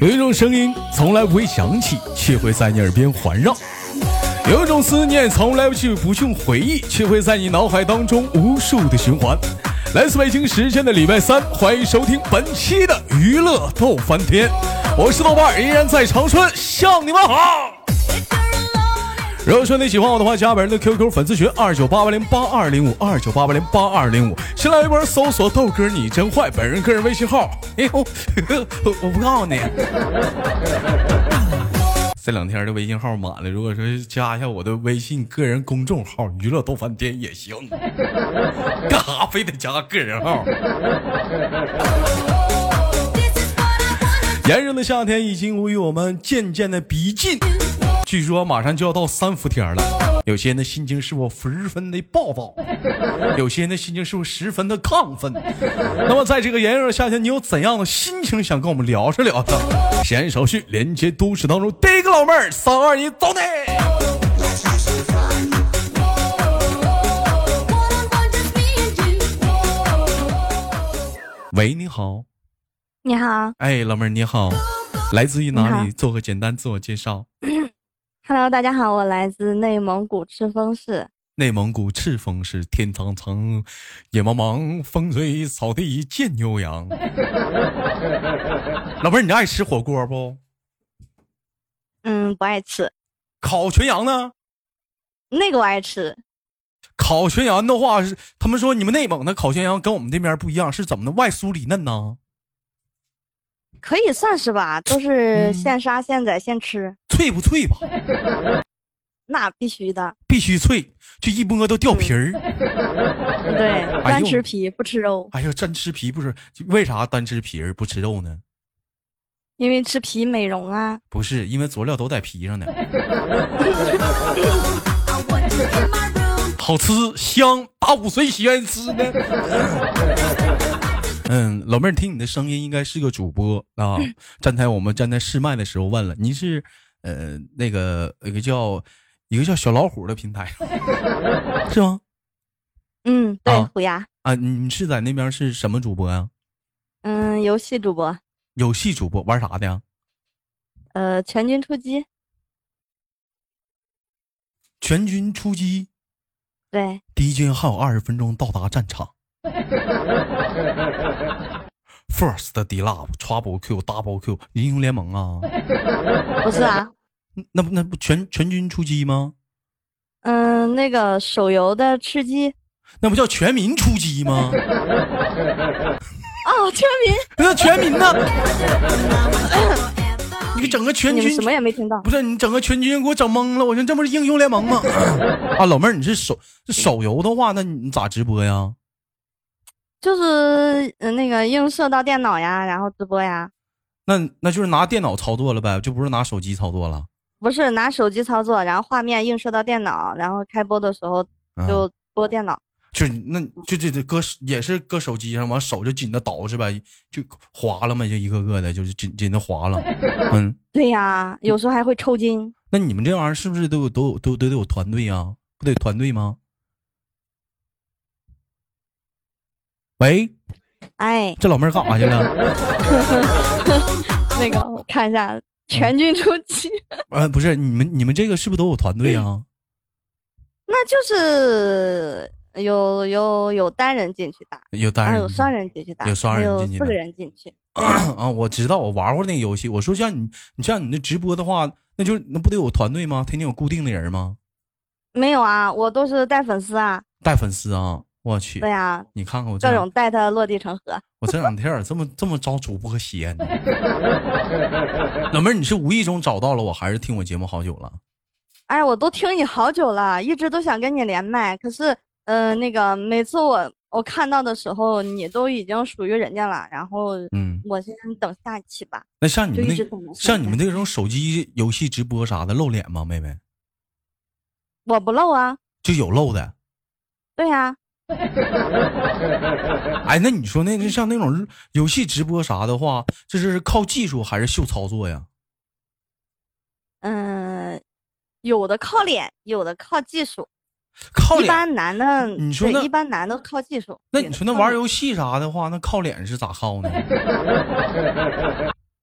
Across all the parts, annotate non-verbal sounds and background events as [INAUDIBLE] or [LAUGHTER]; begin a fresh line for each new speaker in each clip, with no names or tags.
有一种声音从来不会响起，却会在你耳边环绕；有一种思念从来不去不用回忆，却会在你脑海当中无数的循环。来自北京时间的礼拜三，欢迎收听本期的娱乐逗翻天，我是豆瓣儿，依然在长春向你们好。如果说你喜欢我的话，加本人的 QQ 粉丝群二九八八零八二零五二九八八零八二零五，新浪微博搜索豆哥你真坏，本人个人微信号。哎呦， [LAUGHS] 我我不告诉你，这两天的微信号满了，如果说加一下我的微信个人公众号“娱乐逗翻天”也行，干哈非得加个人号？炎热的夏天已经与我们渐渐的逼近，据说马上就要到三伏天了。有些人的心情是我十分的暴 [LAUGHS] 躁，有些人的心情是我十分的亢奋。那么，在这个炎热的夏天，你有怎样的心情想跟我们聊着聊着？闲言少叙，连接都市当中第一个老妹儿，三二一，走你！喂，你好，
你好
哎，老妹儿你好，来自于哪
你
里？做个简单自我介绍。
，Hello，大家好，我来自内蒙古赤峰市。
内蒙古赤峰市天苍苍，野茫茫，风吹草低见牛羊。老妹儿，你爱吃火锅不？
嗯，不爱吃
烤全羊呢？
那个，我爱吃。
烤全羊的话是，他们说你们内蒙的烤全羊跟我们这边不一样，是怎么的？外酥里嫩呢？
可以算是吧，都
嗯
是现杀现宰现吃，
脆不脆吧？
那必须的。
必须脆，就一摸都掉皮儿。
对，
哎
单
呦
吃皮不吃肉，
哎呀，单吃皮不是？为啥单吃皮儿不吃肉呢？
因为吃皮美容啊。
不是，因为佐料都在皮上呢。 [LAUGHS] 好吃香，打五岁喜欢吃呢。 [LAUGHS] 嗯，老妹儿，听你的声音应该是个主播 [LAUGHS] 啊。站在我们站在试麦的时候问了，您是呃那个一个叫一个叫小老虎的平 [LAUGHS] 台是吗？
嗯，对，
啊
虎牙，
啊，你你是在那边是什么主播呀、
嗯，游戏主播，
游戏主播玩啥的呀？
呃，全军出击，
全军出击，
对，
敌军还有二十分钟到达战场。First D Love Trouble Q Double Q 英雄联盟啊，
不是啊，
那不那不全全军出击吗？
嗯，那个手游的吃鸡，
那不叫全民出击吗？
哦，全民，
那全民呢？你给整个全
你们
军
什么也没听到，
不是你整个全军给我整懵了，我说这不是英雄联盟吗？啊，老妹儿，你是手这手游的话，那你咋直播呀？
就是嗯那个映射到电脑呀，然后直播呀，
那那就是拿电脑操作了呗，就不是拿手机操作了。
不是拿手机操作，然后画面映射到电脑，然后开播的时候
啊
就播电脑。
就是那就这这搁也是搁手机上，完手就紧着倒是吧？就划了嘛，就一个个的，就是紧紧着划了。嗯，
对呀，有时候还会抽筋。
那你们这玩意儿是不是都有都有都都得有团队啊？不得有团队吗？喂，
哎，
这老妹儿干啥去了？ [LAUGHS]
那个我看一下，全军出击， [LAUGHS]
呃，不是，你们你们这个是不是都有团队啊？
那就是有有有单人进去打，
有单
然
人，
后有双人进去打，
有双人
还
进去
四
的
个人进去。
[CLEARS THROAT] 啊？我知道，我玩过那个游戏。我说像你，你像你那直播的话，那就那不得有团队吗？天天有固定的人吗？
没有啊，我都是带粉丝啊，
带粉丝啊？我去
对，呀，
你看看我这
各种带他落地成盒。
我这两天儿这么这么招主播嫌呢？老妹儿，你是无意中找到了我，还是听我节目好久了？
哎，我都听你好久了，一直都想跟你连麦，可是，呃，那个每次我我看到的时候，你都已经属于人家了，然后
嗯，
我先等下一期吧，
那像你
就
们
一
那
直等着下
像
一
你
期
们那种手机游戏直播啥的露脸吗？妹妹
我不漏啊，
就有露的。
对呀、
哎，那你说那那像那种游戏直播啥的话，这是靠技术还是秀操作呀？
嗯、有的靠脸，有的靠技术，
靠
一
脸？
般男的，
你说
对，
那
一般男的靠技术，
那
女
你
的
说那
靠
玩
脸
游戏啥的话，那靠脸是咋靠呢？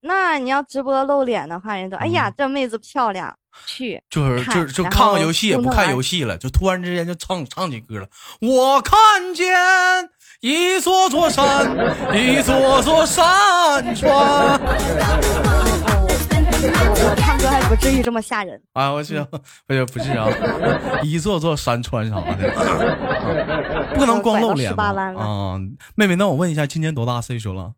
那你要直播露脸的话，人都哎
嗯
呀，这妹子漂亮，去
就是
看
就是就
然
看
后
看游戏也
弄
不
弄
看
完
游戏了，就突然之间就唱唱起歌了。我看见一座座山，一座座山川。
我唱歌还不至于这么吓人。
啊，我去，不是不是啊，一座座山川啥的，啊
[LAUGHS]
不能光露脸
拐
嘛
到18弯了
啊！妹妹，那我问一下，今年多大岁数了？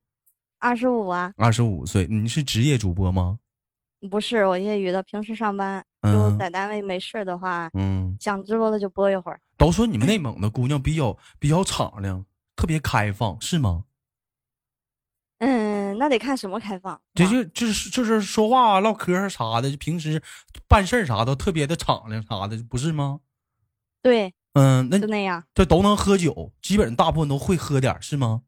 二十五啊，
二十五岁。你是职业主播吗？
不是我业余的，平时上班就
嗯
在单位没事儿的话，
嗯，
想直播了就播一会儿。
都说你们内蒙的姑娘比较比较敞亮，特别开放，是吗？
嗯，那得看什么开放。
这
啊
就就是就是说话、啊唠嗑啥的，就平时办事儿啥都特别的敞亮啥的，不是吗？
对，
嗯，那
就那样。
这都能喝酒，基本大部分都会喝点儿，是吗？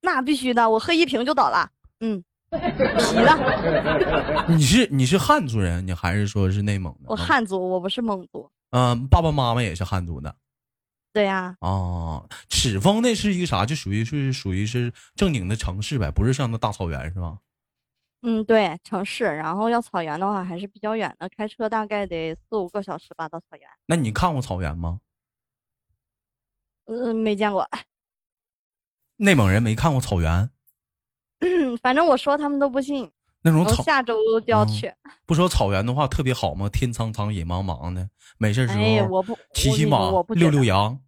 那必须的，我喝一瓶就倒了。嗯，皮的，
你是你是汉族人，你还是说是内蒙的？
我汉族，我不是蒙族。
嗯、爸爸妈妈也是汉族的
对呀、
哦。赤峰那是一个啥？就属于是属于是正经的城市呗，不是像那大草原是吧？
嗯，对，城市。然后要草原的话，还是比较远的，开车大概得四五个小时吧，到草原。
那你看过草原吗？
嗯，没见过。
内蒙人没看过草原，
嗯反正我说他们都不信，
那种
我
草
下周就要
嗯
去。
不说草原的话特别好吗？天苍苍，野茫茫的，没事儿时候、
哎，我不，
骑
我
骑
你
马
我，不觉
遛遛
得 [LAUGHS]
羊，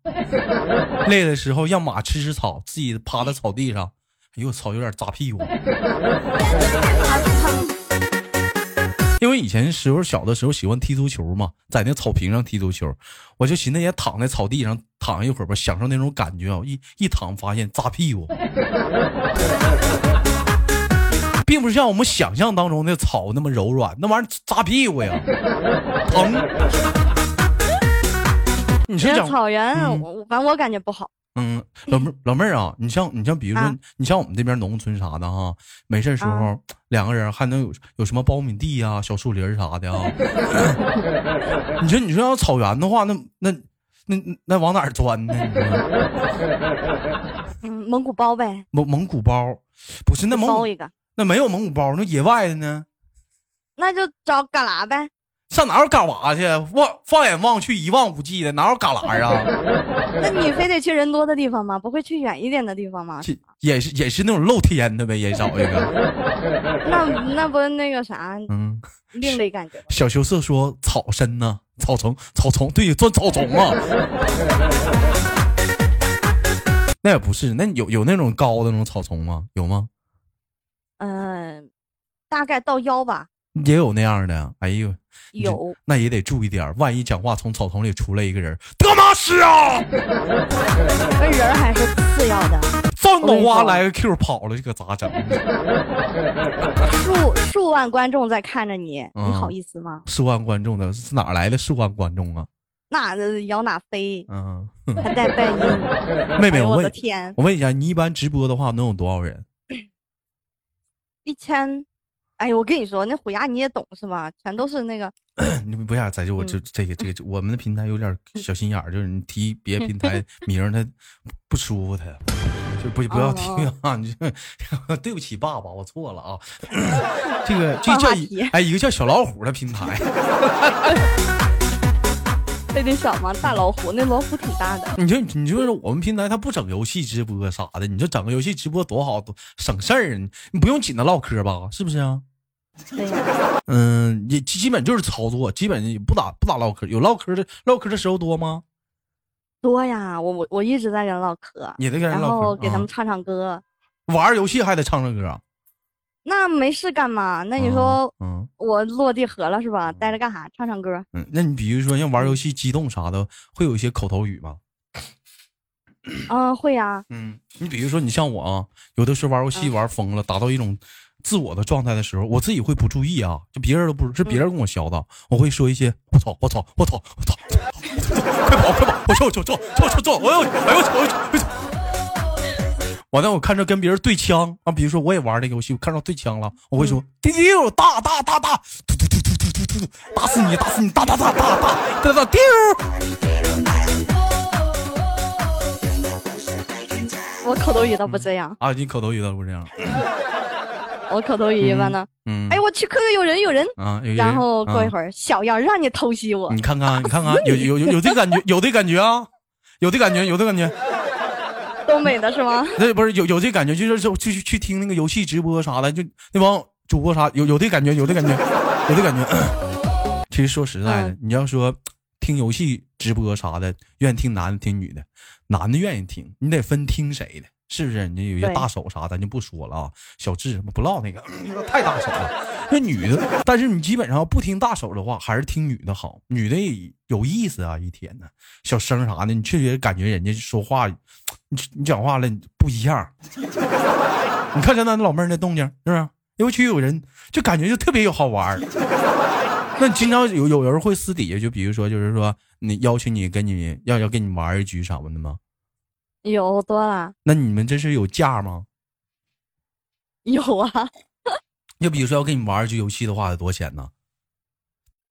累的时候让马吃吃草，自己趴在草地上。哎呦，草有点扎屁股。因为以前时候小的时候喜欢踢足球嘛，在那草坪上踢足球，我就寻思也躺在草地上躺一会儿吧，享受那种感觉啊！一一躺发现扎屁股，并不是像我们想象当中的草那么柔软，那玩意儿扎屁股呀，疼。 [LAUGHS] 你 [LAUGHS] 是
人家
讲
草原，
嗯
我我反正我感觉不好。
嗯，老妹儿老妹儿啊，你像你像比如说、
啊
你像我们这边农村啥的哈、没事儿时候、
啊
两个人还能有有什么苞米地呀、小树林儿啥的啊。
[LAUGHS]
[LAUGHS] 你说你说要草原的话，那那那那往哪儿钻呢？你说
嗯，蒙古包呗，
蒙蒙古包不是那蒙
包
古
一个，
那没有蒙古包，那野外的呢？
那就找旮旯呗。
上哪有旮旯去？望放眼望去一望无际的，哪有旮旯啊？
那你非得去人多的地方吗？不会去远一点的地方吗？
[LAUGHS] 这也是也是那种露天的呗，也找一个。 [LAUGHS]
那那不那个啥，
嗯。
另类感觉。
小羞涩说：“草参呐、草丛，草丛，对，钻草丛啊。那也不是，那有有那种高的那种草丛吗？有吗？
嗯、大概到腰吧，
也有那样的呀。哎呦，你这
有。
那也得注意点儿，万一讲话从草丛里出来一个人，德玛西啊，嗯
那人还是次要的，
藏
我跟
狗
你
蛙
说
来个 Q 跑了，这可咋整？
数数万观众在看着你，
嗯
你好意思吗？
十万观众的是哪儿来的十万观众啊？
那呃摇哪飞，
嗯，
还带拜音，
[LAUGHS] 妹
哎
妹，
呦
我
我
问
的，天，
我问一下，你一般直播的话能有多少人？
一千。哎呦，我跟你说，那虎牙你也懂是吗？全都是那个，
你不要在这，
嗯
我这这个这个，我们的平台有点小心眼儿，就是你提别平
[LAUGHS]
台名儿，他不舒服，他就不不要提
哦
啊！ [LAUGHS] 你这对不起爸爸，我错了
[LAUGHS]
啊。这个这
换
叫
话
一
题
哎，一个叫小老虎的平
[LAUGHS]
台，
非得小吗？大老虎，那老虎挺大的。 [LAUGHS]
你就你就是我们平台，他不整游戏直播啥的，你就整个游戏直播多好，多省事儿，啊你不用紧着唠嗑吧，是不是啊？
对呀，
嗯，也基基本就是操作，基本也不打不打唠嗑，有唠嗑的唠嗑的时候多吗？
多呀，我我我一直在跟唠嗑，
也得跟人
然
唠嗑，
后嗯给他们
啊
唱唱歌。
玩儿游戏还得唱唱歌啊。
那没事干嘛？那你说
嗯，
我落地盒了是吧？待着干啥？唱唱歌。
嗯，那你比如说像玩游戏激动啥的，会有一些口头语吗？
嗯，会呀。
嗯，你比如说你像我啊，有的时候玩游
嗯
戏玩疯了，达到一种自我的状态的时候，我自己会不注意啊，就别人都不是
嗯
别人跟我学的，我会说一些我操我操我操我操，快跑快跑，我坐我坐坐坐坐坐，我要哎呦我操我操我操。 [LAUGHS] 完了，我看着跟别人对枪啊，比如说我也玩那个游戏，我看着对枪了，我会说
嗯
滴滴溜，大大大大，突突突突突突突，打死你，打死你，大大大大大大大丢。
我口头语倒不这样，嗯
啊，你口头语倒不这样。
我口头语一般呢，
嗯，
哎，我去，QQ 有人有人，嗯
啊，有
然后过一
儿，
会儿小样让你偷袭我
啊，你看看，你看看，有有有有这感觉，有这感觉啊，有这感觉，有这感觉，
东北的是吗？ [LAUGHS]
那不是有有这感觉，就是就去去听那个游戏直播啥的，就那帮主播啥，有有这感觉，有这感觉，有这感觉。其实说实在的，你要说听游戏直播啥的，愿意听男的听女的，男的愿意听，你得分听谁的，是不是？人家有些
对
大手啥，咱就不说了啊，小智什么不唠那个，嗯太大手了。那女的，但是你基本上不听大手的话，还是听女的好，女的也有意思啊，一天呢，小声啥的，你确实感觉人家说话，你你讲话了你不一样。 [LAUGHS] 你看现在那老妹儿那动静，是不是？尤其有人就感觉就特别有好玩儿。那经常有有人会私底下就比如说就是说你邀请你跟你要要跟你玩一局啥的吗？
有多啦，
那你们这是有价吗？
有啊，
就比如说要跟你玩一局游戏的话，得多少钱呢？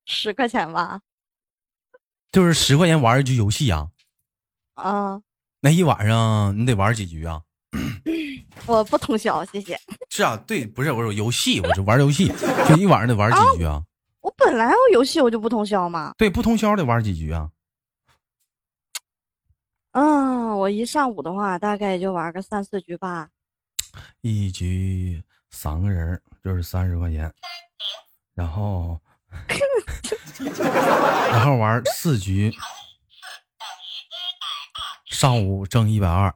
十块钱吧，
就是十块钱玩一局游戏啊，
啊，
那一晚上你得玩几局啊？
我不通宵，谢谢。
是啊，对，不是我说游戏，我是玩游戏， [LAUGHS] 就一晚上得玩几局啊？
我本来我游戏我就不通宵嘛，
对，不通宵得玩几局啊？
嗯，我一上午的话大概也就玩个三四局吧。
一局三个人儿就是三十块钱，然后然后玩四局，上午挣一百二，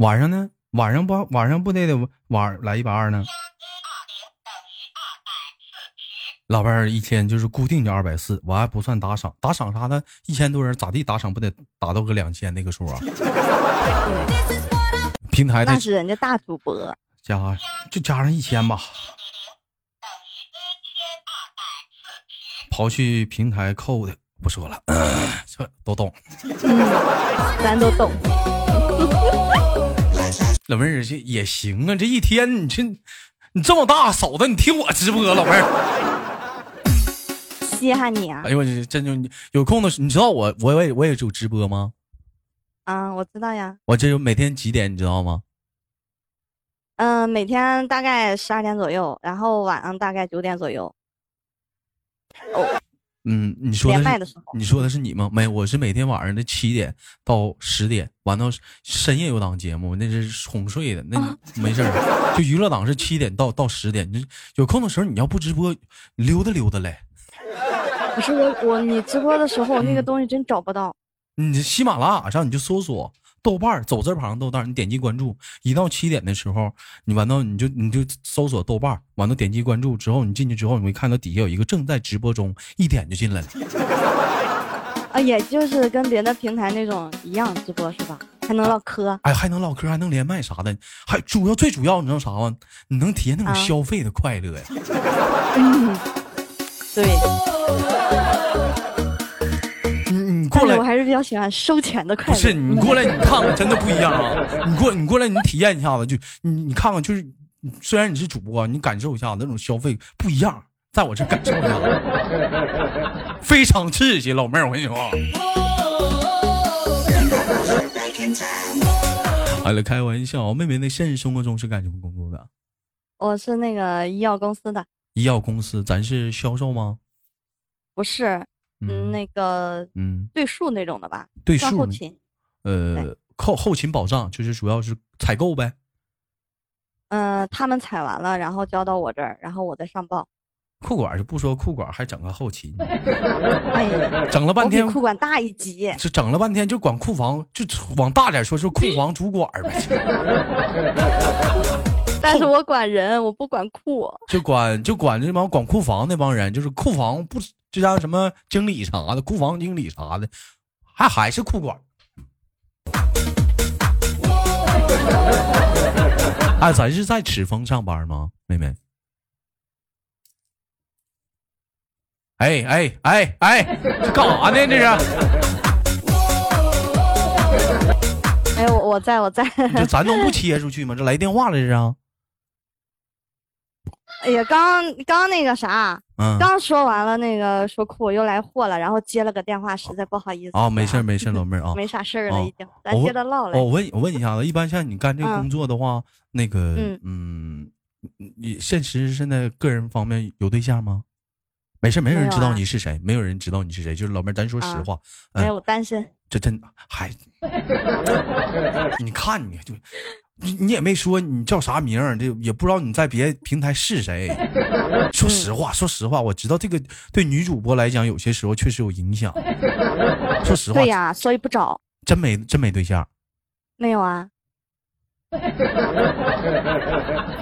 晚上呢？晚上不晚上不得得晚来一百二呢？老伴儿一天就是固定就二百四，我还不算打赏，打赏啥的，一千多人咋地打赏不得打到个两千那个数啊？ [LAUGHS] 平台
哎那
的
是人家大主播，
加就加上一千吧，刨去平台扣的不说了， [CLEARS THROAT] 这都懂。
咱都懂。
老妹儿这也行啊，这一天你这你这么大嫂子，你听我直播，老妹儿，
稀罕你啊
哎！呦我这真就有空的时候，你知道我我也我也有直播吗？
啊，我知道呀。
我这有每天几点你知道吗？
嗯、每天大概十二点左右，然后晚上大概九点左右，
嗯，你说
连
的
麦
是
的时候。
你说的是你吗？没，我是每天晚上的七点到十点，完到深夜有档节目，那是哄睡的，那没事儿。就娱乐档是七点到到十点，你有空的时候你要不直播，溜达溜达嘞。
不是我我你直播的时候，我那个
嗯
东西真找不到。
你喜马拉雅上你就搜索豆瓣儿走字旁豆瓣儿，你点击关注，一到七点的时候，你完到你就你就搜索豆瓣儿，完到点击关注之后，你进去之后，你会看到底下有一个正在直播中，一点就进来了。
啊，也就是跟别的平台那种一样直播是吧？还能唠嗑，
哎，还能唠嗑，还能连麦啥的，还主要最主要，你知道啥吗？你能体验那种
啊
消费的快乐
[LAUGHS]
呀。
对。
你你
但
过
是我
来，
还是比较喜欢收钱的快乐。
不是你过来，你看看，真的不一样啊！你过你过来，你体验一下子，就你你看看，就是虽然你是主播，你感受一下子那种消费不一样，在我这感受一下子，非常刺激，老妹儿，我跟你说。啊好了，哎开玩笑，妹妹那现实生活中是干什么工作的？
我是那个医药公司的，
医药公司，咱是销售吗？
不是，嗯，那个
嗯，
对数那种的吧，
对
算后
数，
勤。
呃，后后勤保障就是主要是采购呗。
嗯、他们采完了，然后交到我这儿，然后我再上报。
库管就不说库管，还整个后勤，
哎，
整了半
我比
天，
库管大一级。
就整了半天就管库房，就往大点说，就是库房主管呗，
但是我管人，我不管库。
就管就管这帮管库房那帮人，就是库房不就像什么经理啥的，库房经理啥的，还还是库管。 [LAUGHS] 哎，咱是在赤峰上班吗，妹妹？哎哎哎哎，这干啥呢？这是。
哎，我我在我在，
这咱能不切出去吗？这来电话了，这是啊。
哎呀，刚刚那个啥，
嗯。
刚说完了那个说库又来货了，然后接了个电话，实在不好意思。
啊，没事儿没事儿，老妹儿啊。
没啥事儿
哦
了，已经，咱
我
接着唠来
我。问我问一下子，一般像你干这个工作的话，那个
嗯
嗯，你现实现在个人方面有对象吗？没事，没有人知道你是谁，没有人知道你是谁，就是老妹儿，咱说实
啊
话，
没
嗯，
有，我单身。
这真还， [LAUGHS] 你看你就，你你也没说你叫啥名儿，这也不知道你在别平台是谁。说实话，说实话，我知道这个对女主播来讲，有些时候确实有影响。说实话
对，呀、所以不找。
真没真没对象。
没有啊，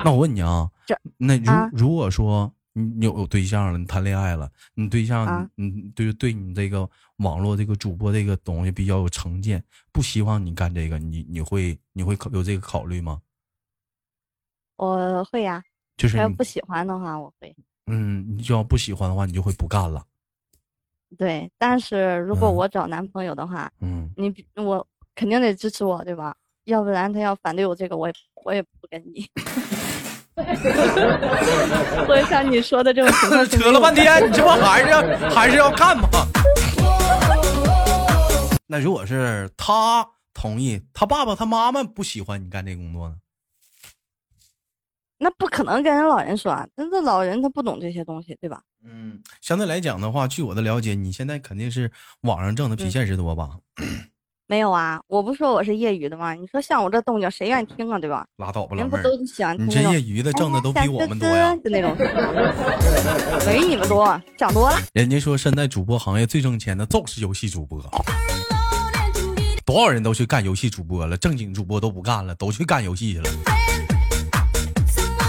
那我问你啊
这，
那如、
啊
如果说你你有对象了，你谈恋爱了，你对象、
啊
你你对对你这个网络这个主播这个东西比较有成见，不希望你干这个，你你会你会考有这个考虑吗？
我会呀、
就是
他要
你
不喜欢的话，我会。
嗯，你就要不喜欢的话，你就会不干了。
对，但是如果
嗯
我找男朋友的话，
嗯，
你比我肯定得支持我，对吧？要不然他要反对我这个，我也我也不跟你。 [LAUGHS] 我也像你说的这种情况是没
扯
有的，
了半天，你这不还是还是要干吗？ [LAUGHS] 那如果是他同意，他爸爸他妈妈不喜欢你干这个工作呢？
那不可能跟人老人说啊，那这老人他不懂这些东西，对吧？
嗯，相对来讲的话，据我的了解，你现在肯定是网上挣的比
嗯
现实多吧？
没有啊，我不说我是业余的吗？你说像我这动静，谁愿意听啊，对吧？
拉倒吧，老
人
妹
不
儿，
都喜欢听
你
那
这
种
业余的挣的都
哎
比我
呀小
们
哥
多呀
哥。 [LAUGHS] 就那种，没你们多，想多了。
人家说现在主播行业最挣钱的就是游戏主播，多少人都去干游戏主播了，正经主播都不干了，都去干游戏去了。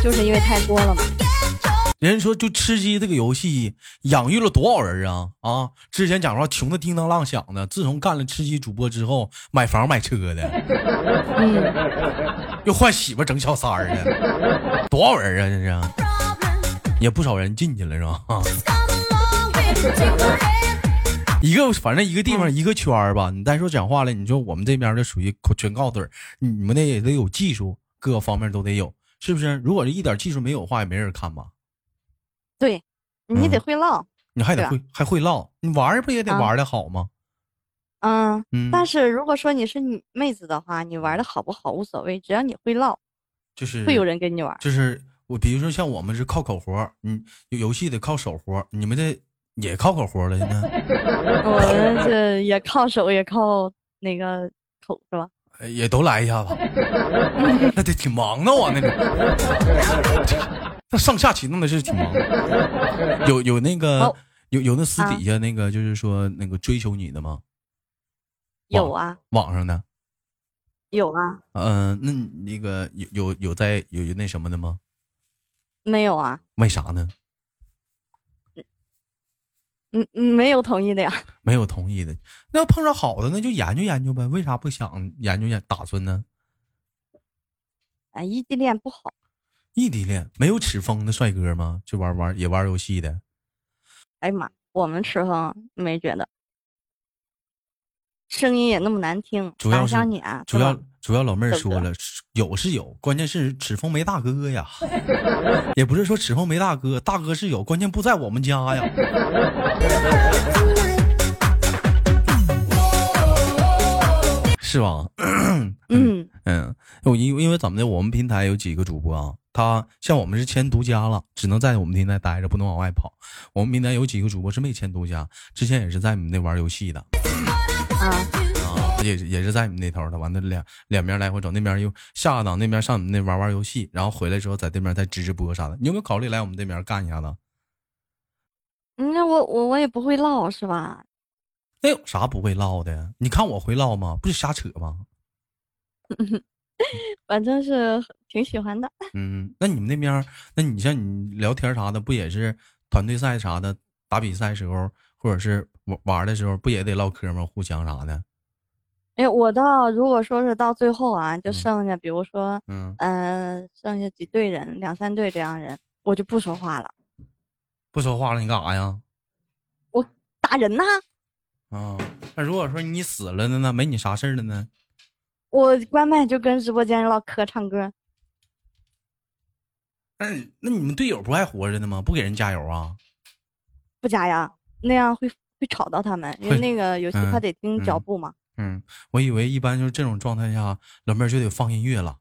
就是因为太多了嘛。
人家说就吃鸡这个游戏养育了多少人啊啊！之前讲实话穷的叮当浪响的，自从干了吃鸡主播之后，买房买车的，
嗯，
又换媳妇儿整小三儿的，多少人啊这是，也不少人进去了是吧？啊 [LAUGHS] 一个反正一个地
嗯
方一个圈儿吧，你再说讲话了，你说我们这边儿的属于口全靠腿儿，你们那也得有技术，各个方面都得有，是不是？如果是一点技术没有的话，也没人看吧？
对，你得
嗯
会唠。
你还
对
得
啊
会还会唠，你玩儿不也得
啊
玩儿的好吗？
嗯，
嗯，
但是如果说你是女妹子的话，你玩的好不好无所谓，只要你会唠，
就是
会有人跟你玩。
就是我，比如说像我们是靠口活儿，嗯，有游戏得靠手活儿，你们这也靠口活儿了，现在
[LAUGHS] 我们这也靠手，也靠那个口，是吧？
呃也都来一下子， [LAUGHS] 那得挺忙的啊，那个， [LAUGHS] 那上下棋弄的是挺忙的，有有那个、
哦
有有那私底下那个、就是说那个追求你的吗？
有啊，
网上的，
有啊，
嗯、那你那个有有有在有有那什么的吗？
没有啊，
为啥呢？
嗯，嗯没有同意的呀。
没有同意的，那要碰上好的，那就研究研究呗。为啥不想研究研打算呢？
哎，异地恋不好。
异地恋没有齿峰的帅哥吗？就玩玩也玩游戏的，
哎呀妈，我们吃风没觉得，声音也那么难听，
主
打
要是
伤你啊，
主
对
要
吧
主要老妹儿
对不
说了，有是有，关键是齿峰没大哥呀， [LAUGHS] 也不是说齿峰没大哥，大哥是有，关键不在我们家呀。 [LAUGHS] 是吧？
嗯，
嗯，我因因为怎么的，我们平台有几个主播啊，他像我们是签独家了，只能在我们平台待着，不能往外跑。我们平台有几个主播是没签独家，之前也是在你们那玩游戏的，
啊，
啊，也是也是在你们那头的，完了两两边来回走，那边又下个档，那边上你们那玩玩游戏，然后回来之后在这边再直直播啥的。你有没有考虑来我们这边干一下子？
嗯那我我我也不会唠是吧？
那有啥不会唠的？你看我会唠吗？不是瞎扯吗？
反正是很挺喜欢的。
嗯，那你们那边，那你像你聊天啥的，不也是团队赛啥的，打比赛时候或者是玩玩的时候，不也得唠嗑吗？互相啥的？
哎，我到如果说是到最后啊，就
嗯
剩下比如说，
嗯，
嗯，剩下几队人，两三队这样人，我就不说话了，
不说话了，你干啥呀？
打人呐！
啊，那如果说你死了的呢，没你啥事儿了呢？
我关麦就跟直播间唠嗑、唱歌，
那你那你们队友不还活着呢吗？不给人加油啊？
不加呀，那样会会吵到他们，因为
会
那个游戏他
嗯
得听脚
嗯
步嘛。
嗯，我以为一般就是这种状态下，老妹儿就得放音乐了。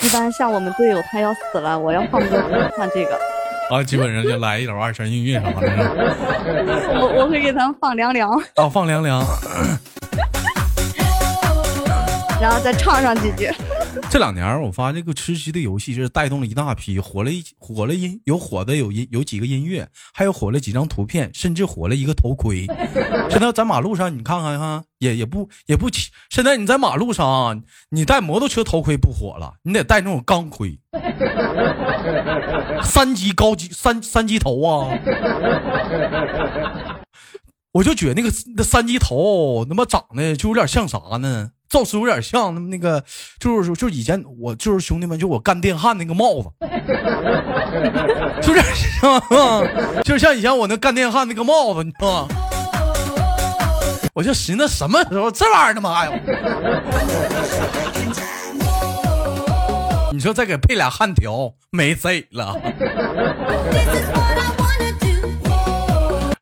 一般像我们队友他要死了，我要放歌我就放这个，
啊，基本上就来一点二泉映月啥的 [LAUGHS] 是吧，
我我会给他们放凉凉，
啊，放凉凉。
然后再唱上几句。
这两年儿我发现这个吃鸡的游戏是带动了一大批，火了一火了音，有火的有音有几个音乐，还有火了几张图片，甚至火了一个头盔。现在在马路上你看看哈，也也不也不起。现在你在马路上啊，你戴摩托车头盔不火了，你得戴那种钢盔， [LAUGHS] 三级高级三三级头啊。我就觉得那个那三级头他妈长得就有点像啥呢？造型有点像那么那个，就是说就是以前我就是兄弟们，就我干电焊那个帽子，就有 [LAUGHS] 点像， [LAUGHS] 就像以前我那干电焊那个帽子，你知道吗？我就寻思什么时候这玩意儿哎他妈呀？ [LAUGHS] 你说再给配俩焊条，没贼了。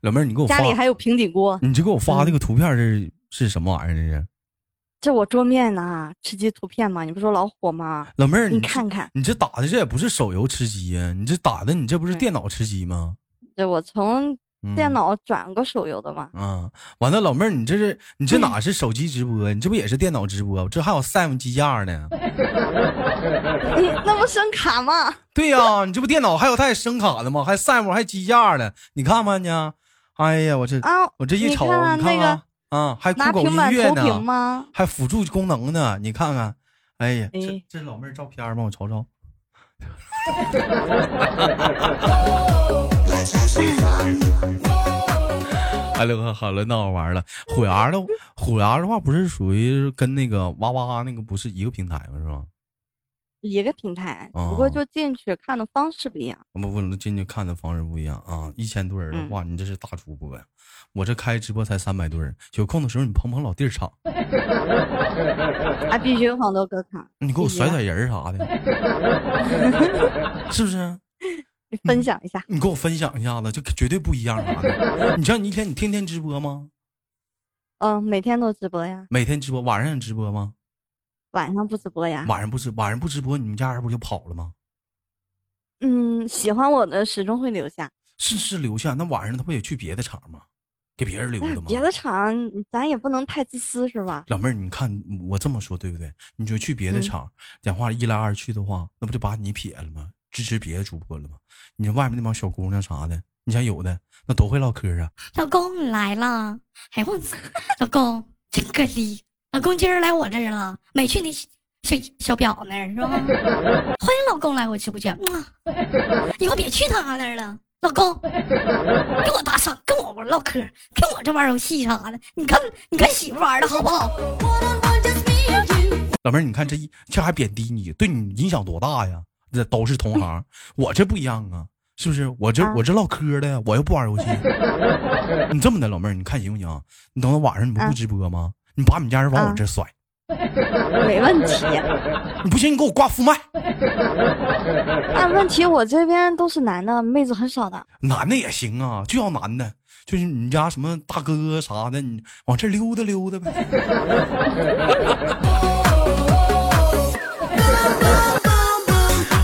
老妹儿，你给我发
家里还有平底锅，
你就给我发
嗯
这个图片是是什么玩意儿？这是
这我桌面呢，吃鸡图片嘛，你不说老火吗？
老妹儿，
你
这
看看，
你这打的这也不是手游吃鸡呀、你这打的你这不是
对
电脑吃鸡吗？
这我从
嗯
电脑转过手游的嘛，
啊，完了，老妹儿，你这是你
嗯
这哪是手机直播？你这不也是电脑直播？啊这还有 SIM 机架呢。 [LAUGHS]
你嗯那不声卡吗？
对呀、你这不电脑还有带声卡的吗？还 SIM 还机架呢？你看吧你啊，哎呀，我这、
啊，
我这一瞅，
你看啊
你看
那个
啊，啊，还
拿
酷狗
平
音
板
乐
投屏
呢，
吗？
还辅助功能呢，你看看，哎呀，
哎
这这是老妹儿照片吗？我瞅瞅。 [LAUGHS] 哎，刘哥，好了，那我玩了。虎牙的虎牙的话，不是属于跟那个哇哇那个不是一个平台吗？是吧？
一个平台，
哦
只不过就进去看的方式不一样。
不不能进去看的方式不一样啊！一千对儿
嗯
的话，你这是大主播呀！我这开直播才三百对儿，有空的时候你捧捧老弟儿场，
啊，必须有好多歌卡，
你给我甩
哎
甩人儿啥的， [LAUGHS] 是啊不是？
你分享一下。
你给我分享一下子，就绝对不一样啥
[LAUGHS]
的。你像你一天你天天直播吗？
嗯，每天都直播呀，
每天直播，晚上也直播吗？
晚上不直播呀。
晚上不直，晚上不直播，你们家人不就跑了吗？
嗯，喜欢我的始终会留下。
是是留下，那晚上他不也去别的场吗？给别人留
但
的
是
吗？
别的场，咱也不能太自私，是吧？
老妹儿，你看我这么说对不对？你就去别的
嗯
厂，讲话一来二去的话，那不就把你撇了吗？支持别的主播了吗？你外面那帮小姑娘啥的，你像有的那都会唠嗑啊。
老公你来了，哎我操，老公真可惜，老公今儿来我这儿了，没去你小小表那儿是吧？欢迎老公来我直播间，嗯啊以后别去他那儿了。老公，跟我打赏，跟我玩唠嗑，跟我这玩游戏啥的，你看你看媳妇玩的好不好？
老妹儿，你看这一这还贬低你，对你影响多大呀？这都是同行，我这不一样啊，是不是？我这、
啊
我这唠嗑的呀，我又不玩游戏。
[LAUGHS]
你这么的，老妹儿，你看行不行？你等到晚上你不
啊
不直播吗？你把你们家人往我
啊
这儿甩，
没问题。
你不行你给我挂副麦。
但问题我这边都是男的，妹子很少的。
男的也行啊，就要男的，就是你家什么大哥哥啥的，你往这溜达溜达呗。 [LAUGHS]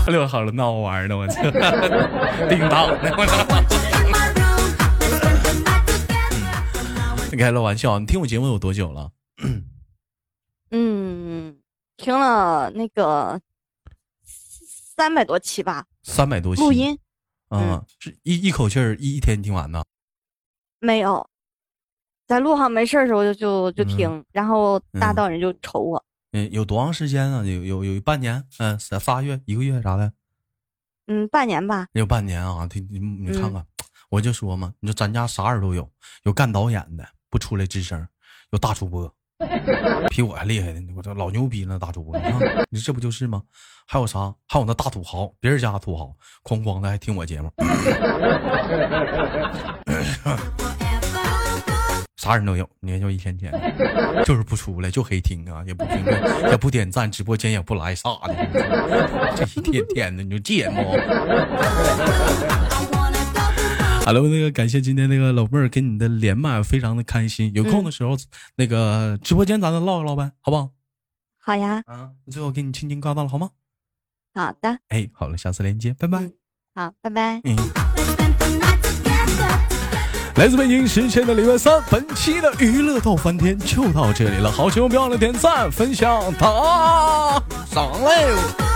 溜好了，闹玩呢，我这 [LAUGHS] 叮当呢，我这。 [LAUGHS] 开了玩笑，你听我节目有多久了？
嗯，听了那个三百多期吧，
三百多期
录音嗯
啊，是一一口气儿一一天听完的。
没有，在路上没事儿的时候就就就听，然后大
嗯
道人就瞅我，
嗯，有多长时间啊？有有有半年，嗯、仨仨月、一个月啥的。
嗯，半年吧，
有半年啊，听你你看
嗯
看，我就说嘛，你说咱家啥人都有，有干导演的不出来吱声，有大主播比我还厉害的，我这老牛逼了，大主播，你看你这不就是吗？还有啥？还有那大土豪，别人家土豪，哐哐的还听我节目，啥人都有，你看就一天天的就是不出来，就黑听啊，也不评论，也不点赞，直播间也不来啥的，这一天天的，你就贱不？好了，那个感谢今天那个老妹儿跟你的连麦，非常的开心。有空的时候，那个直播间咱再唠一唠呗，好不好？
好呀，
啊，最后给你轻轻挂断了，好吗？
好的，
哎，好了，下次连接，拜拜。
好，拜拜。
嗯。
来自北京时间的礼拜三，本期的娱乐到翻天就到这里了。好，节目别忘了点赞、分享、打赏嘞！